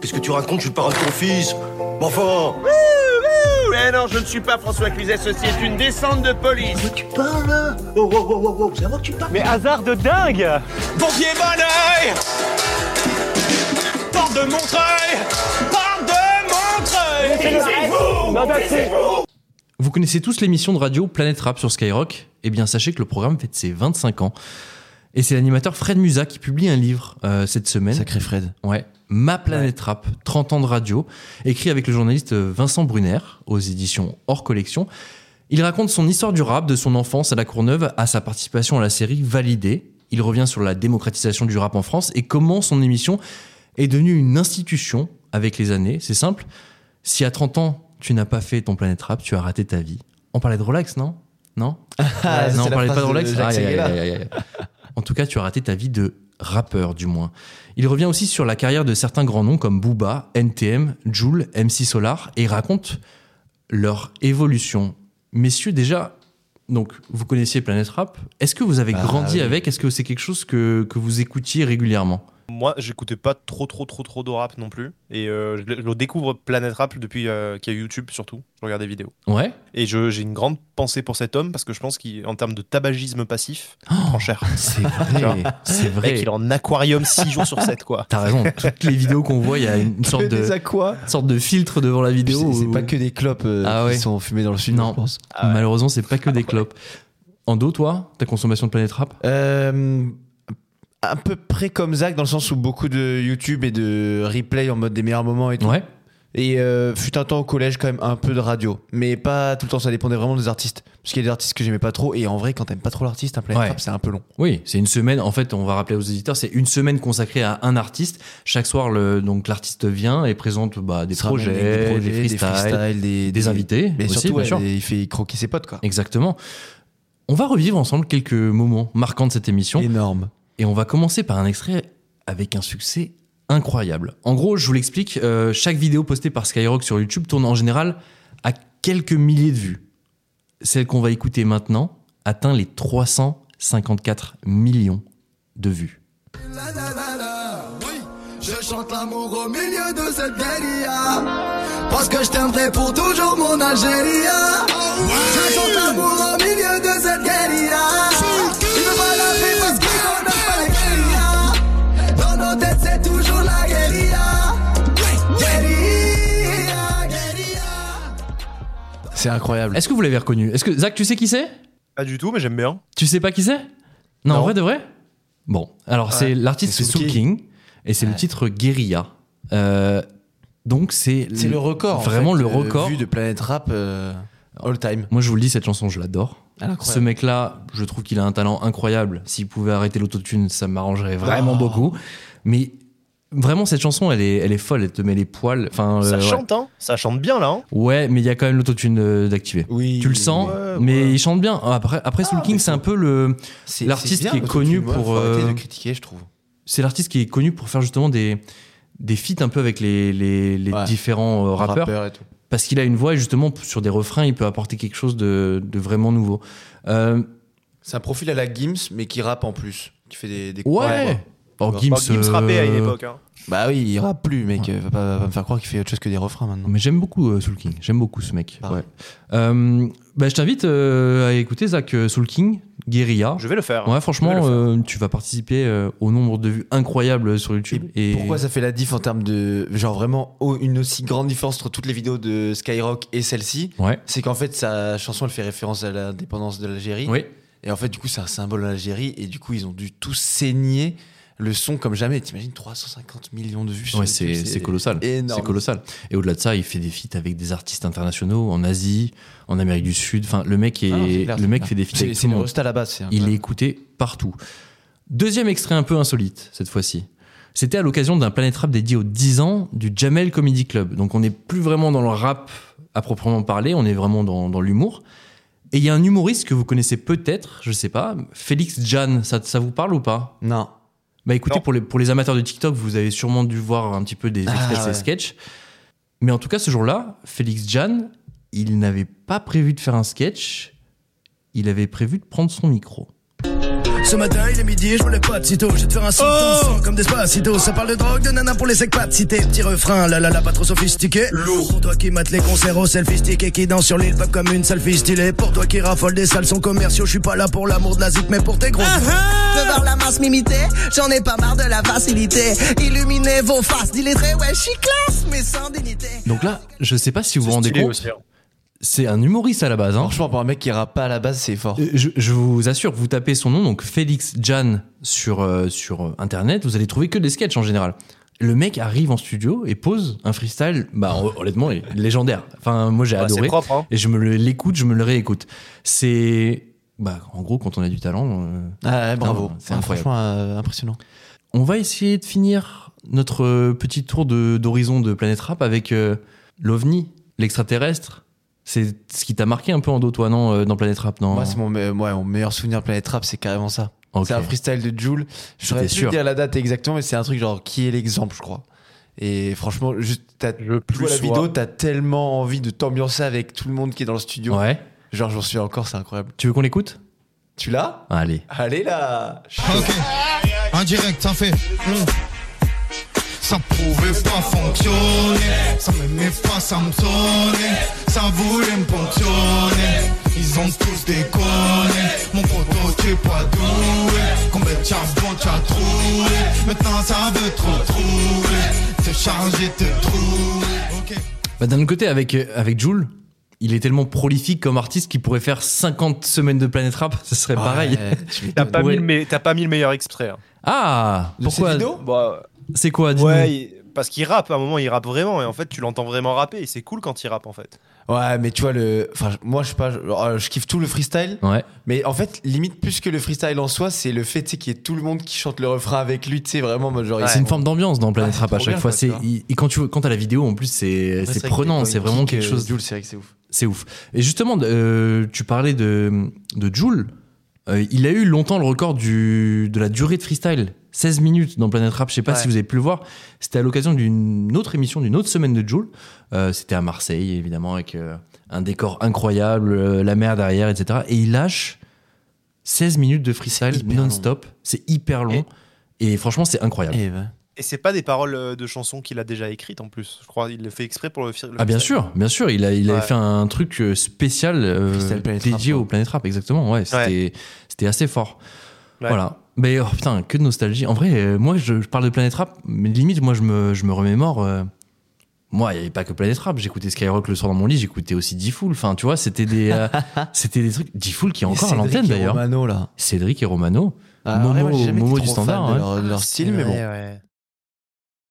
qu'est-ce que tu racontes Je suis le parrain de ton fils. Mais enfin Eh non, je ne suis pas François Cluzet, ceci est une descente de police. Mais tu parles Oh, oh, oh, oh, oh, c'est à moi que tu parles Mais hasard de dingue Pompier Bonneuil Porte de Montreuil Porte de Montreuil Vous connaissez tous l'émission de radio Planète Rap sur Skyrock Eh bien, sachez que le programme fête ses 25 ans. Et c'est l'animateur Fred Musa qui publie un livre euh, cette semaine. Sacré Fred. Ouais. Ma planète rap, 30 ans de radio, écrit avec le journaliste euh, Vincent Brunner aux éditions Hors Collection. Il raconte son histoire du rap, de son enfance à La Courneuve à sa participation à la série Validée. Il revient sur la démocratisation du rap en France et comment son émission est devenue une institution avec les années. C'est simple, si à 30 ans tu n'as pas fait ton planète rap, tu as raté ta vie. On parlait de Rolex, non Non Ah, Non, on c'est la parlait pas phrase de Rolex. Jacques Aïe, aïe, Seguela. aïe, aïe, aïe. En tout cas, tu as raté ta vie de rappeur, du moins. Il revient aussi sur la carrière de certains grands noms comme Booba, NTM, Joule, MC Solar, et il raconte leur évolution. Messieurs, déjà, donc vous connaissiez Planète Rap. Est-ce que vous avez Ah, grandi oui. avec Est-ce que c'est quelque chose que, que vous écoutiez régulièrement Moi, j'écoutais pas trop, trop, trop, trop de rap non plus. Et euh, je, le- je découvre Planète Rap depuis euh, qu'il y a YouTube, surtout. Je regarde des vidéos. Ouais. Et je- j'ai une grande pensée pour cet homme parce que je pense qu'en termes de tabagisme passif, il prend cher. C'est vrai. c'est Mec, Oh, vrai. il est en aquarium 6 jours sur 7, quoi. T'as raison. Toutes les vidéos qu'on voit, il y a une sorte de, Des aquas. une sorte de filtre devant la Puis vidéo. C'est c'est où- pas que des clopes euh, Ah ouais. qui sont fumées dans le film, Non. je pense. Ah ouais. Malheureusement, c'est pas que des clopes. En dos, toi, ta consommation de Planète Rap Euh, à peu près comme Zach, dans le sens où beaucoup de YouTube et de replay en mode des meilleurs moments et tout. Ouais. Et euh, fut un temps au collège quand même un peu de radio, mais pas tout le temps. Ça dépendait vraiment des artistes, parce qu'il y a des artistes que j'aimais pas trop. Et en vrai, quand t'aimes pas trop l'artiste, un planète Ouais. rap, c'est un peu long. Oui, c'est une semaine. En fait, on va rappeler aux éditeurs, c'est une semaine consacrée à un artiste. Chaque soir, le, donc l'artiste vient et présente bah, des, Il se ramène avec projets, des, projets, freestyles, freestyles, des, des invités Mais aussi, surtout, bien ouais, sûr. des- il fait croquer ses potes quoi. Exactement. On va revivre ensemble quelques moments marquants de cette émission. Énorme. Et on va commencer par un extrait avec un succès incroyable. En gros, je vous l'explique, euh, chaque vidéo postée par Skyrock sur YouTube tourne en général à quelques milliers de vues. Celle qu'on va écouter maintenant atteint les 354 millions de vues. Oui, je chante l'amour au milieu de cette guérilla. Parce que je t'aimerai pour toujours mon Algérie. Je chante l'amour au milieu de cette guérilla. Il veut pas la paix parce qu'il en a pas la guérilla. Dans nos têtes, c'est toujours la guérilla. Guérilla, guérilla. C'est incroyable. Est-ce que vous l'avez reconnu Est-ce que Zach, tu sais qui c'est Pas du tout, mais j'aime bien. Tu sais pas qui c'est non, en Non. vrai de vrai Bon, alors c'est l'artiste c'est C'est Soul Soul King, et c'est le titre Guérilla. Euh, donc c'est C'est le record. en Vraiment fait, le euh, record. vu de planète rap euh, all time. Moi, je vous le dis, cette chanson, je l'adore. Elle est incroyable. Ce mec-là, je trouve qu'il a un talent incroyable. S'il pouvait arrêter l'autotune, ça m'arrangerait vraiment beaucoup. Mais vraiment, cette chanson, elle est, elle est folle. Elle te met les poils. Enfin, Ça euh, ouais. chante, hein. Ça chante bien, là. hein. Ouais, mais il y a quand même l'autotune euh, d'activer. Oui. Tu le sens, Ouais, mais ouais. il chante bien. Après, après Soul King, c'est un peu le, C'est- L'artiste c'est bien, qui est parce que connu tu- moi, pour, faut arrêter euh, de critiquer, je trouve. c'est l'artiste qui est connu pour faire justement des, des feats un peu avec les, les, les Ouais. différents euh, rappeurs. et tout. parce qu'il a une voix et justement p- sur des refrains, il peut apporter quelque chose de, de vraiment nouveau. Euh, C'est un profil à la Gims, mais qui rappe en plus. Qui fait des, des ouais. Ouais. Bon, Bon, Gims, Bon, Gims euh, ah. rappait à une époque, hein. Bah oui, il rappe plus, mec. Va, pas, va pas me faire croire qu'il fait autre chose que des refrains maintenant. Mais j'aime beaucoup euh, Soul King, j'aime beaucoup ce mec. Pareil. Ouais. Euh, bah, je t'invite euh, à écouter Zach euh, Soul King, Guerilla. Je vais le faire. Ouais, franchement, Je vais le euh, tu vas participer euh, au nombre de vues incroyables sur YouTube. Et, Et pourquoi ça fait la diff en termes de. Genre vraiment oh, une aussi grande différence entre toutes les vidéos de Skyrock et celle-ci Ouais. C'est qu'en fait, sa chanson, elle fait référence à l'indépendance de l'Algérie. Oui. Et en fait, du coup, c'est un symbole en Algérie. Et du coup, ils ont dû tous saigner le son comme jamais. T'imagines 350 millions de vues sur Ouais, YouTube, c'est c'est colossal. énorme. C'est colossal. Et au-delà de ça, il fait des feats avec des artistes internationaux en Asie, en Amérique du Sud. Enfin, le mec, est, Ah non, c'est clair, le c'est mec clair. fait des feats C'est avec tout c'est le le monde. rosta à la base. c'est Il est incroyable. écouté partout. Deuxième extrait un peu insolite, cette fois-ci. C'était à l'occasion d'un Planet Rap dédié aux 10 ans du Jamel Comedy Club. Donc on n'est plus vraiment dans le rap à proprement parler, on est vraiment dans, dans l'humour. Et il y a un humoriste que vous connaissez peut-être, je sais pas, Félix Jan, ça, ça vous parle ou pas Non. Bah écoutez, Non. pour les, pour les amateurs de TikTok, vous avez sûrement dû voir un petit peu des Ah, extraits de ouais. ses sketchs. Mais en tout cas, ce jour-là, Félix Jan, il n'avait pas prévu de faire un sketch, il avait prévu de prendre son micro. Ce matin, il est midi, je voulais pas de sitôt. Je te faire un son comme des spacitos. Ça parle de drogue, de nana pour les secs pas de cité. Petit refrain, la la la, pas trop sophistiqué. Lourd. Pour toi qui mates les concerts au selfie stick et qui danse sur l'île, pop comme une selfie stylée. Pour toi qui raffole des salles, sont commerciaux. Je suis pas là pour l'amour de la zik, mais pour tes gros. Uh-huh. Devant la masse m'imiter, j'en ai pas marre de la facilité. Illuminez vos faces, d'illettrés, ouais, je suis classe, mais sans dignité. Donc là, je sais pas si vous vous rendez Stylé compte, aussi, hein. c'est un humoriste à la base. hein. Franchement, pour un mec qui rappe pas à la base, c'est fort. Euh, Je, je vous assure, vous tapez son nom, donc Félix Jan sur, euh, sur euh, internet, vous allez trouver que des sketchs en général. Le mec arrive en studio et pose un freestyle, bah hon- honnêtement, il est légendaire. Enfin, moi j'ai Bah, c'est adoré. propre, hein. Et je me le- l'écoute, je me le réécoute. C'est. Bah, en gros, quand on a du talent, euh, Ah, ouais, bravo. Non, c'est Ah, incroyable. Franchement, euh, impressionnant. on va essayer de finir notre euh, petit tour de- d'horizon de, Planète Rap avec euh, l'OVNI, l'extraterrestre. C'est ce qui t'a marqué un peu en dos, toi, non, euh, dans Planète Rap, non Moi, c'est mon, me- ouais, mon meilleur souvenir de Planète Rap, c'est carrément ça. Ok. C'est un freestyle de Jules. Je saurais C'était sûr. plus dire la date exactement, mais c'est un truc genre qui est l'exemple, je crois. Et franchement, juste, t'as, tu Je plus vois la sois- vidéo, t'as tellement envie de t'ambiancer avec tout le monde qui est dans le studio. Ouais. Genre, j'en suis encore, c'est incroyable. Tu veux qu'on l'écoute Tu l'as Allez. Allez là Ok. En direct, ça fait. hmm. Ça pouvait pas fonctionner. Ça m'aimait pas, ça me sonnait. Ça voulait me ponctionner. Ils ont tous déconné. Mon prototype pas doué. Combien de charbon tu as trouvé? Maintenant ça veut trop trouver. Te charger, te trouver. Ok. Bah, D'un autre côté, avec, euh, avec Joule, il est tellement prolifique comme artiste qu'il pourrait faire 50 semaines de Planète Rap, ce serait pareil. Ouais, tu m'étonnes. T'as pas, Ouais. mis le me- t'as pas mis le meilleur extrait. hein. Ah De Pourquoi cette vidéo Bah, C'est quoi dis-nous. ouais, il- parce qu'il rappe, à un moment il rappe vraiment, et en fait tu l'entends vraiment rapper, et c'est cool quand il rappe en fait. Ouais, mais tu vois, le... enfin, moi, je sais pas, je... euh, je kiffe tout le freestyle. Ouais. Mais en fait, limite, plus que le freestyle en soi, c'est le fait tu sais, qu'il y ait tout le monde qui chante le refrain avec lui, tu sais, vraiment, moi, genre, ils C'est une forme d'ambiance dans Planète Ah, c'est Rap à trop chaque bien, fois. quoi, C'est tu vois. il- et quand tu vois- quand t'as la vidéo, en plus c'est c'est prenant, c'est euh, vraiment quelque chose. Jules, c'est vrai que c'est ouf. C'est ouf. Et justement, euh, tu parlais de de Joule. Euh, il a eu longtemps le record du, de la durée de freestyle, 16 minutes dans Planète Rap. Je sais pas Ouais. si vous avez pu le voir. C'était à l'occasion d'une autre émission, d'une autre semaine de Joule. Euh, C'était à Marseille, évidemment, avec euh, un décor incroyable, euh, la mer derrière, etc. Et il lâche 16 minutes de freestyle hyper long. non-stop. C'est hyper long. Et, franchement, c'est incroyable. Et ben. Et c'est pas des paroles euh, de chansons qu'il a déjà écrites en plus. Je crois il le fait exprès pour le, fi- le Ah bien freestyle. sûr, bien sûr, il, a, il avait Ouais. fait un truc euh, spécial euh, Freestyle Planet Rap, dédié quoi. au Planet Rap, exactement, ouais, c'était c'était assez fort. Ouais. Voilà. Mais oh, putain, que de nostalgie. En vrai, euh, moi je, je parle de Planet Rap, mais limite moi je me, je me remémore... euh, moi, il n'y avait pas que Planet Rap, j'écoutais Skyrock le soir dans mon lit, j'écoutais aussi D-Fool, enfin tu vois, c'était des, euh, c'était des trucs... D-Fool qui est encore à Cédric l'antenne et d'ailleurs. Romano, là. Cédric et Romano, Ah, Momo, ouais, moi, j'ai jamais été Momo du trop fan Standard, hein. Ah, de ouais. leur, de leur style, mais bon. Ouais, ouais.